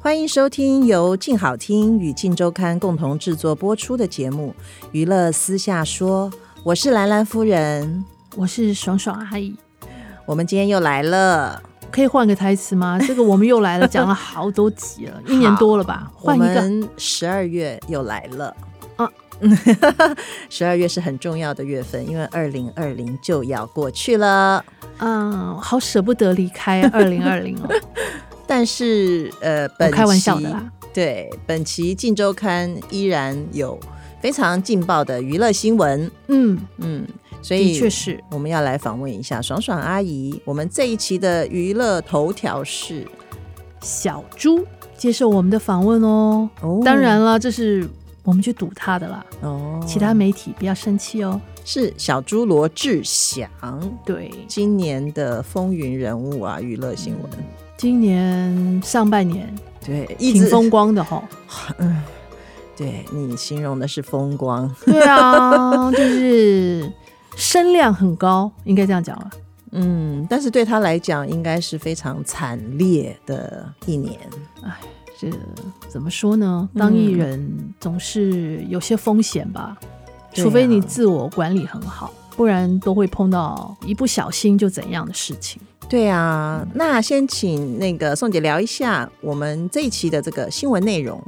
欢迎收听由静好听与静周刊共同制作播出的节目《娱乐私下说》，我是兰兰夫人，我是爽爽阿姨，我们今天又来了，可以换个台词 吗？这个我们又来了，讲了好多集了，一年多了吧？我换一个，们十二月又来了。啊 十二月是很重要的月份，因为二零二零就要过去了。嗯，好舍不得离 开二零二零哦，但是呃，我本开玩笑的期啦。对，本期《镜周刊》依然有非常劲爆的娱乐新闻，嗯，嗯，所的以确是我们要来访问一下爽爽阿姨。我们这一期的娱乐头条是，小猪接受我们的访问哦。哦当然了，这是我们去堵他的啦，哦，其他媒体不要生气哦。是小猪罗志祥对，今年的风云人物啊，娱乐新闻，今年上半年对，一挺直风光的哈。对你形容的是风光， 对啊， 就是声量很高，应该这样讲啊吧。嗯，但是对他来讲应该是非常惨烈的一年，这怎么说呢？当艺人总是有些风险吧，对啊除非你自我管理很好，不然都会碰到一不小心就怎样的事情。对啊，那先请那个宋姐聊一下我们这一期的这个新闻内容。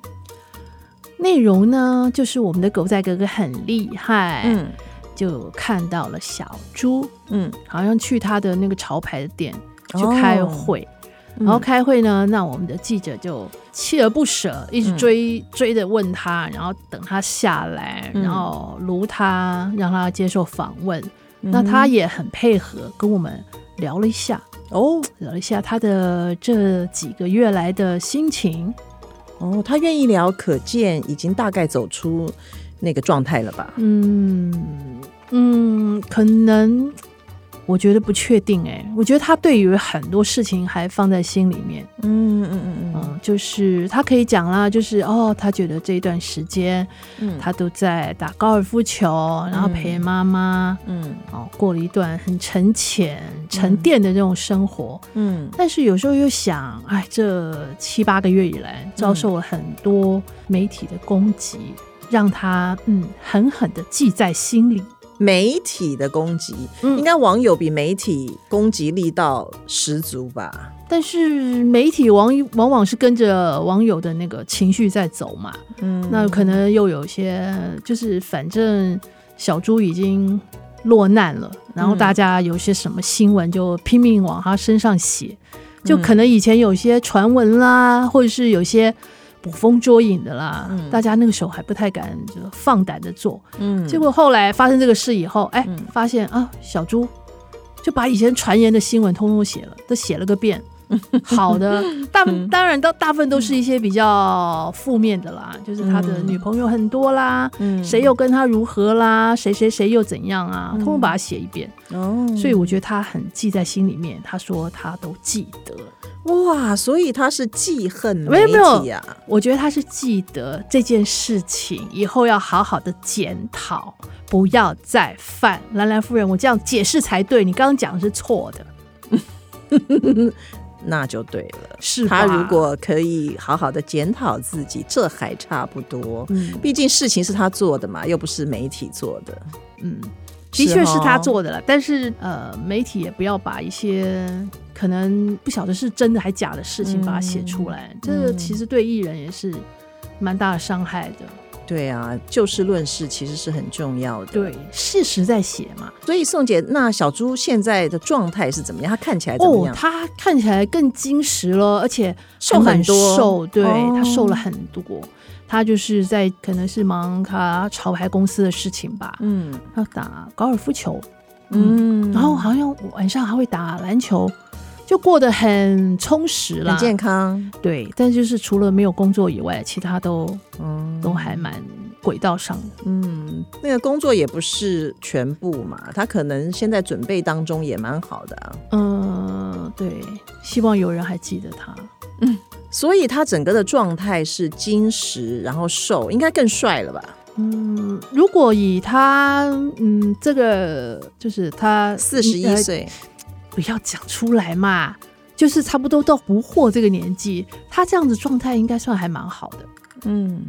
内容呢，就是我们的狗仔哥哥很厉害，嗯就看到了小猪，嗯，好像去他的那个潮牌的店去开会。哦嗯然后开会呢，那我们的记者就锲而不舍，一直嗯追、追着问他，然后等他下来，嗯然后撸他，让他接受访问。嗯哼那他也很配合，跟我们聊了一下，哦聊了一下他的这几个月来的心情。哦，他愿意聊，可见已经大概走出那个状态了吧？嗯嗯，可能我觉得不确定哎、我觉得他对于很多事情还放在心里面。嗯嗯嗯嗯，就是他可以讲啦，就是哦，他觉得这一段时间嗯他都在打高尔夫球，然后陪妈妈，嗯哦，过了一段很沉潜、沉淀的这种生活。嗯但是有时候又想，哎，这七八个月以来遭受了很多媒体的攻击，让他嗯狠狠的记在心里。媒体的攻击，嗯应该网友比媒体攻击力道十足吧？但是媒体往往往是跟着网友的那个情绪在走嘛，嗯那可能又有一些就是反正小猪已经落难了，然后大家有些什么新闻就拼命往他身上写，就可能以前有些传闻啦，或者是有些捕风捉影的啦，嗯大家那个时候还不太敢就放胆的做，嗯结果后来发生这个事以后，哎，嗯发现啊，小猪就把以前传言的新闻通通写了，都写了个 遍。好的，大嗯当然，到大部分都是一些比较负面的啦，就是他的嗯女朋友很多啦，嗯谁又跟他如何啦，谁谁谁又怎样啊，通通把它写一遍。哦，所以我觉得他很记在心里面，他说他都记得，哇，所以他是记恨没媒有没有体啊？我觉得他是记得这件事情，以后要好好的检讨，不要再犯。兰兰夫人，我这样解释才对，你刚刚讲的是错的，那就对了。 是吧他如果可以好好的检讨自己，这还差不多。嗯毕竟事情是他做的嘛，又不是媒体做的。嗯，是的确是他哦做的了，但是呃，媒体也不要把一些可能不晓得是真的还假的事情嗯把它写出来，这个其实对艺人也是蛮大的伤害的。对啊，就事论事其实是很重要的。，对，事实在写嘛。所以宋姐，那小猪现在的状态是怎么样？他看起来怎么哦，样？他看起来更矜持了，而且瘦很多还蛮瘦对、哦他瘦了很多。他就是在可能是忙他潮牌公司的事情吧，嗯他打高尔夫球，嗯然后好像晚上还会打篮球，就过得很充实啦。很健康。对，但就是除了没有工作以外，其他都嗯，都还蛮轨道上的。嗯，那个工作也不是全部嘛，他可能现在准备当中也蛮好的啊，嗯，对，希望有人还记得他。所以他整个的状态是精实，然后瘦，应该更帅了吧？嗯，如果以他，嗯，这个就是他四十一呃岁，不要讲出来嘛，就是差不多到不惑这个年纪，他这样子状态应该算还蛮好的。嗯，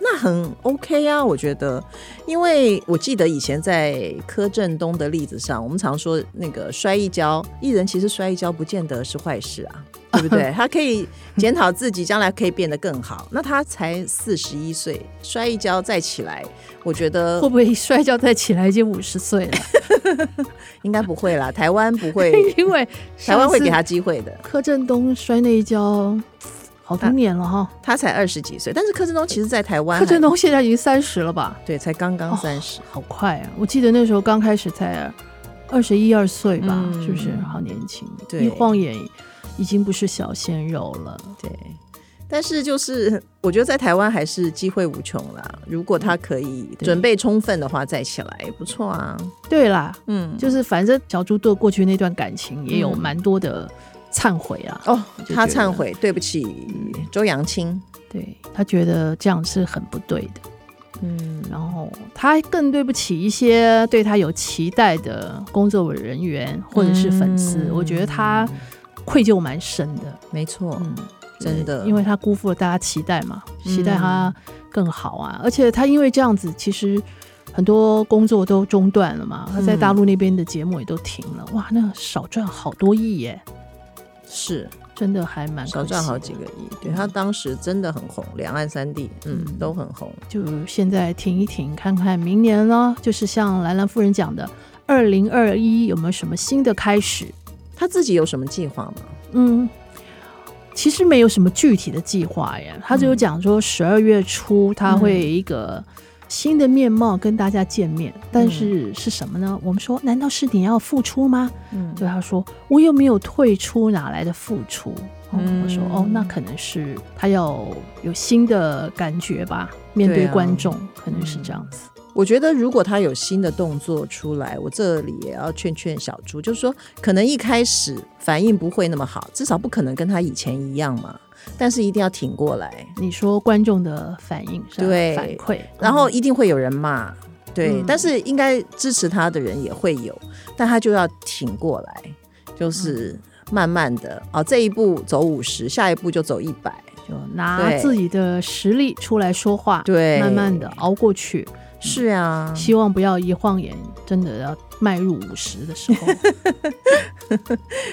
那很 OK 啊，我觉得，因为我记得以前在柯震东的例子上，我们常说那个摔一跤，艺人其实摔一跤不见得是坏事 啊，对不对？他可以检讨自己，将来可以变得更好。那他才四十一岁，摔一跤再起来，我觉得会不会摔跤再起来已经五十岁 了？，应该不会啦，台湾不会因为哎台湾会 给上他次机会的。柯震东摔那一跤，好多年了哈。他才二十几岁，但是柯震东其实在台湾还，柯震东现在已经三十了吧？对才刚刚哦三十、好快啊！我记得那时候刚开始才二十一二岁吧，嗯是不是？好年轻，对一晃眼已经不是小鲜肉了。对，但是就是我觉得在台湾还是机会无穷啦。如果他可以对准备充分的话，再起来也不错啊。对啦，嗯，就是反正小猪对过去那段感情也有嗯蛮多的忏悔啊。哦，就他觉忏得嗯悔，对不起，周扬青。对他觉得这样是很不对的，嗯然后他更对不起一些对他有期待的工作人员或者是粉丝，嗯我觉得他愧疚蛮深的，没错，嗯，哦真的嗯因为他辜负了大家期待嘛，期待他更好啊，而且他因为这样子，其实。很多工作都中断了嗯嘛，他在大陆那边的节目也都停了，哇，那少赚好多亿耶，是真的还蛮可惜的少赚好几个亿。对他当时真的很红，两岸三地，嗯，嗯都很红。就现在停一停，看看明年呢，就是像兰兰夫人讲的，二零二一有没有什么新的开始？他自己有什么计划吗？嗯，其实没有什么具体的计划耶，他只有讲嗯说十二月初他会一个新的面貌跟大家见面，嗯但是是什么呢？我们说，难道是你要付出吗？嗯，对他说，我又没有退出，哪来的付出？哦嗯我说哦，那可能是他要有新的感觉吧，面对对啊嗯观众，可能是这样子。我觉得如果他有新的动作出来，我这里也要劝劝小猪，就是说，可能一开始反应不会那么好，至少不可能跟他以前一样嘛。但是一定要挺过来，你说观众的反应是吧对反馈，然后一定会有人骂，对，嗯但是应该支持他的人也会有，但他就要挺过来，就是慢慢的哦，这一步走五十，下一步就走一百，就拿对自己的实力出来说话，对慢慢的熬过去。是啊，希望不要一晃眼，真的要迈入五十的时 候。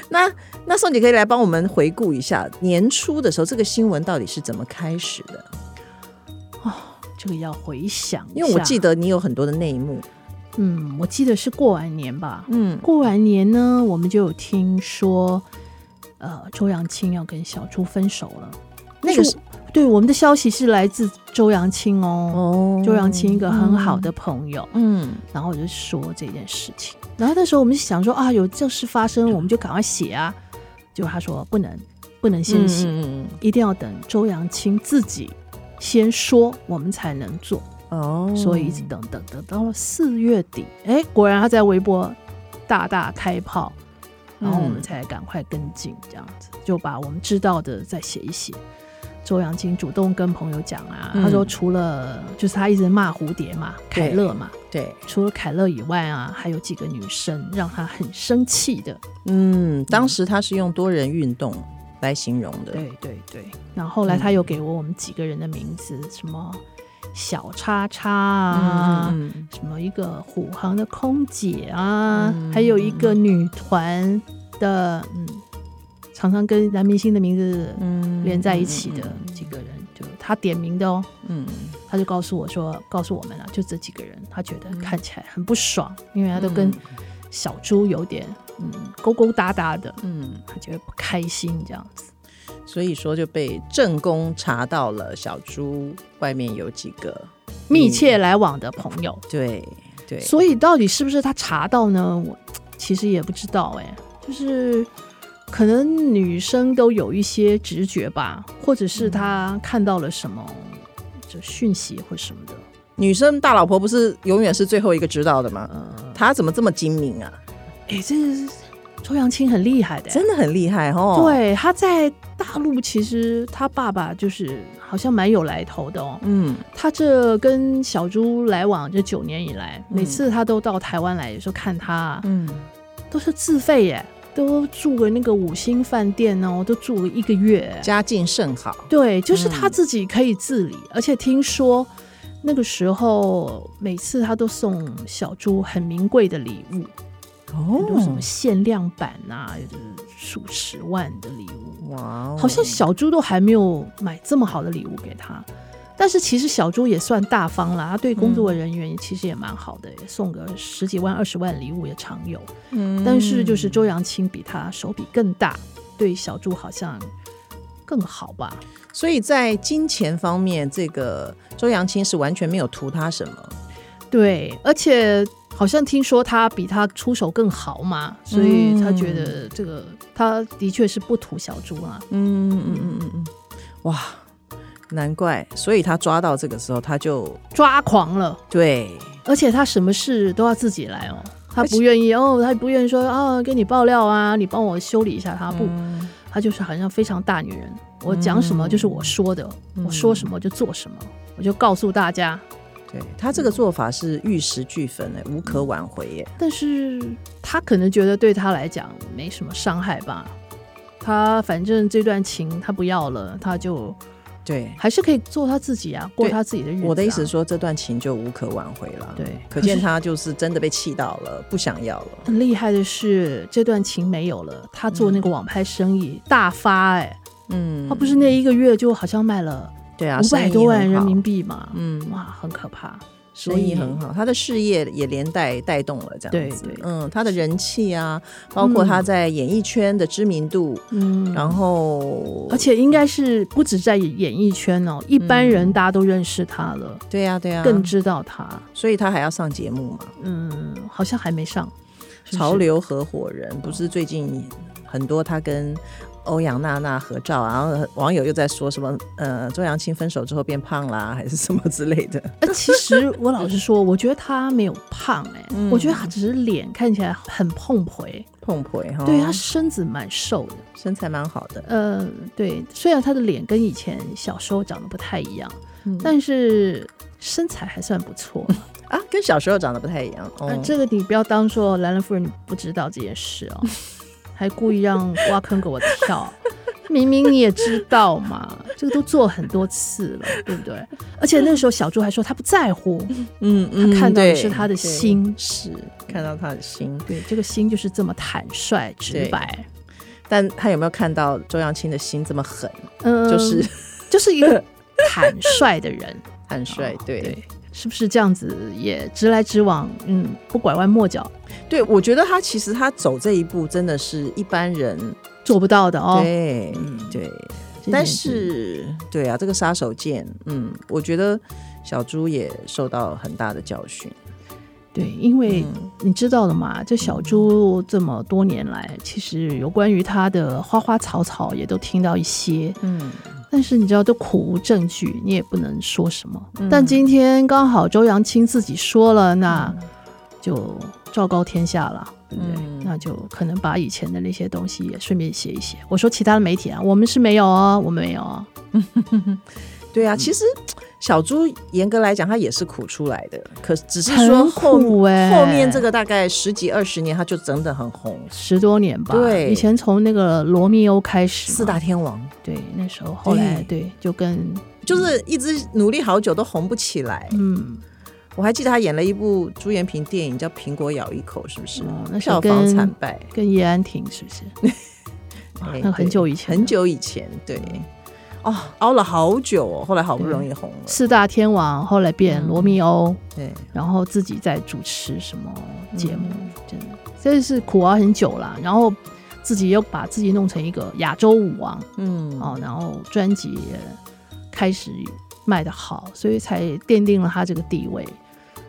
那那宋姐可以来帮我们回顾一下年初的时候，这个新闻到底是怎么开始的？这个要回想一下，因为我记，得你有很多的内幕，嗯，我记得是过完年吧。嗯过完年呢，我们就有听说，呃，周扬青要跟小猪分手了。那个就是对我们的消息是来自周扬青哦，哦周扬青一个很好，的朋友。嗯然后我就说这件事情。然后那时候我们就想说啊，有这事发生，嗯我们就赶快写啊。结果他说不能，不能先写，嗯一定要等周扬青自己先说，我们才能做。嗯哦，所以一直等等等到了四月底，哎，果然他在微博大大开炮，嗯然后我们才赶快跟进，这样子就把我们知道的再写一写。周扬青主动跟朋友讲啊，嗯他说除了就是他一直骂蝴蝶嘛，对凯乐嘛，对，除了凯乐以外啊，还有几个女生让他很生气的。嗯，当时他是用多人运动来形容的，对对对。然后后来他又给我我们几个人的名字，什么小叉叉啊，嗯，嗯什么一个虎航的空姐啊，嗯还有一个女团的，嗯，常常跟男明星的名字嗯连在一起的几个人，就他点名的哦。嗯，他就告诉我说，告诉我们啊，就这几个人，他觉得看起来很不爽，因为他都跟嗯小猪有点嗯勾勾搭搭的，嗯，他觉得不开心这样子。所以说就被正宫查到了小猪外面有几个，密切来往的朋友，对对，所以到底是不是他查到呢？我其实也不知道哎、就是可能女生都有一些直觉吧，或者是她看到了什么，者讯息或什么的。女生大老婆不是永远是最后一个知道的吗？嗯她怎么这么精明啊？哎，这是周扬青很厉害的，真的很厉害哦。，对，他在大陆其实他爸爸就是好像蛮有来头的哦。嗯，他这跟小猪来往这九年以来，嗯每次他都到台湾来，有时候看他，啊嗯，都是自费耶，都住个那个五星饭店哦，都住了一个月。家境甚好，对，就是他嗯自己可以自理，而且听说那个时候每次他都送小猪很名贵的礼物，很多什哦么限量版啊，有的数十万的礼物。哇哦，好像小猪都还没有买这么好的礼物给他。但是其实小猪也算大方啦，他对工作人员其实也蛮好的，也送个十几万、二十万礼物也常有。嗯，但是就是周扬青比他手笔更大，对小猪好像更好吧？所以在金钱方面，这个周扬青是完全没有图他什么，对，而且好像听说他比他出手更豪嘛，所以他觉得这个、他的确是不图小猪啊。嗯嗯嗯嗯嗯，哇，难怪，所以他抓到这个时候，他就抓狂了。对，而且他什么事都要自己来哦，他而且不愿意哦，他也不愿意说啊，给你爆料啊，你帮我修理一下他不，嗯他就是好像非常大女人，我讲什么就是我说的，嗯我说什么就做什么，我就告诉大家。对他这个做法是玉石俱焚哎、无可挽回耶、但是他可能觉得对他来讲没什么伤害吧，他反正这段情他不要了，他就对，还是可以做他自己啊，过他自己的日子、啊。我的意思是，说这段情就无可挽回了。对可见他就是真的被气到了，不想要了。很厉害的是这段情没有了，他做那个网拍生意、大发哎、嗯他不是那一个月就好像卖了对啊，五百多万人民币，币嘛，嗯，哇，很可怕。生意很好，他的事业也连带带动了这样子。对对嗯，他的人气啊，包括他在演艺圈的知名度，嗯，然后而且应该是不止在演艺圈哦，一般人嗯大家都认识他了，对呀、对呀、更知道他。所以他还要上节目嘛。嗯，好像还没上是不是潮流合伙人不是最近很多他跟欧阳娜娜合照啊，然后网友又在说什么呃周扬青分手之后变胖啦，还是什么之 类的。呃，其实我老实 说，我觉得他没有胖哎、嗯我觉得他只是脸看起来很碰回，碰婆哈，对他身子蛮瘦的。身材蛮好的，呃，对，虽然他的脸跟以前小时候长得不太一样，嗯但是身材还算不错。啊，跟小时候长得不太一样。哦呃，这个你不要当做兰兰夫人你不知道这件事 哦，还故意让挖坑给我跳，明明你也知道嘛，这个都做很多次了，对不对？而且那时候小猪还说他不在乎，嗯他看到的对是他的对心是看到他的心，对，这个心就是这么坦率直对白，但他有没有看到周扬青的心这么狠？嗯，就是就是一个坦率的人， 坦率， 对对是不是这样子也直来直往，嗯，不拐弯抹角，我觉得他其实他走这一步真的是一般人，做不到的哦。对、嗯对，这但点是对啊，这个杀手锏，嗯，我觉得小猪也受到很大的教训，对，因为嗯你知道的嘛，这小猪这么多年来，其实有关于它的花花草草也都听到一些，嗯，但是你知道，都苦无证据，你也不能说什么。嗯但今天刚好周扬青自己说了，那就昭告天下了。对不对？嗯那就可能把以前的那些东西也顺便写一写。我说其他的媒体啊，我们是没有哦，我们没有哦。对啊，其实小猪严格来讲，他也是苦出来的，可只是说很后、苦欸后面这个大概十几二十年，他就真的很红，十多年吧，对以前从那个罗密欧开始嘛，四大天王。对，那时候后来对，就跟就是一直努力好久都红不起来。嗯，我还记得他演了一部朱延平电影叫《苹果咬一口》，是不是？哦那是票房跟惨败，跟叶安婷是不是？哇哎那啊很对久以前了，很久以前，对。哦，熬了好久哦，后来好不容易红了。四大天王，后来嗯变罗密欧，对，然后自己在主持什么嗯嗯节目，真的真的是苦熬很久啦。然后自己又把自己弄成一个亚洲舞王嗯，哦，然后专辑也开始卖得好，所以才奠定了他这个地位。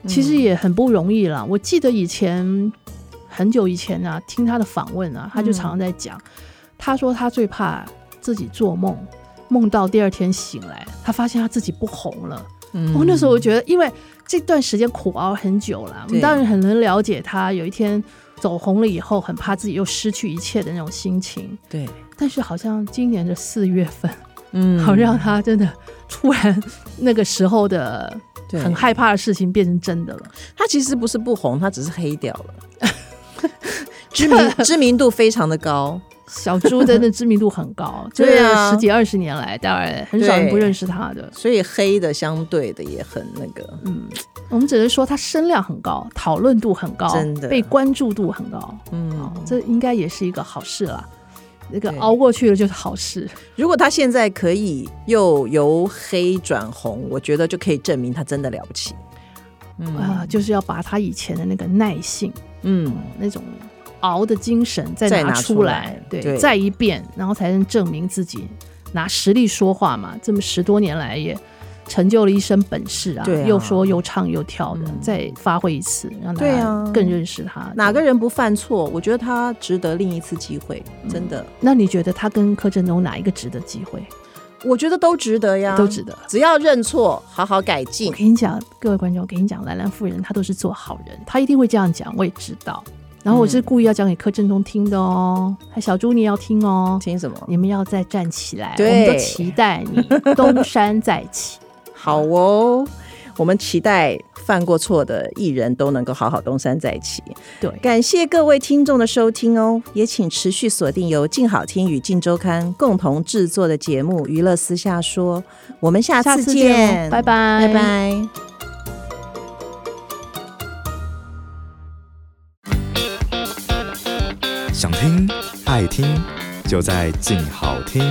其嗯实也很不容易啦。我记得以前很久以前啊，嗯听他的访问啊，他就常常在讲，他说他最怕自己做梦，梦到第二天醒来，他发现他自己不红了。嗯我、哦那时候我觉得，因为这段时间苦熬很久了，我对们当然很能了解他有一天走红了以后，很怕自己又失去一切的那种心情。对，但是好像今年的四月份，嗯好让他真的突然那个时候的对很害怕的事情变成真的了。他其实不是不红，他只是黑掉 了，知名知名度非常的高，小猪真的知名度很 高，这对啊十几二十年来，当然很少人不认识他的。所以黑的相对的也很那个，嗯，我们只能说他声量很高，讨论度很高，真的被关注度很高。嗯，这应该也是一个好事啦。那个对熬过去了就是好事，如果他现在可以又由黑转红，我觉得就可以证明他真的了不起。啊、就是要把他以前的那个耐性、嗯，那种熬的精神再再拿拿出出来，来对，对再一遍，然后才能证明自己拿实力说话嘛。这么十多年来也成就了一身本事啊，对啊又说又唱又跳的，嗯再发挥一次，让大对家啊更认识他。哪个对？人不犯错？我觉得他值得另一次机会，真的，那你觉得他跟柯震东哪一个值得机会？我觉得都值得呀，都值得。只要认错，好好改我进。跟你讲，各位观众，我跟你讲，兰兰夫人她都是做好人，她一定会这样讲，我也知道。然后我是故意要讲给柯震东听的哦，还小猪你也要听哦，听什么？你们要再站起来，我对们都期待你东山再 起。好哦，我们期待犯过错的艺人都能够好好东山再起。对，感谢各位听众的收听哦，也请持续锁定由静好听与静周刊共同制作的节目《娱乐私下说》，我们下下次次见，见哦，拜拜，拜拜想听爱听，就在静好听。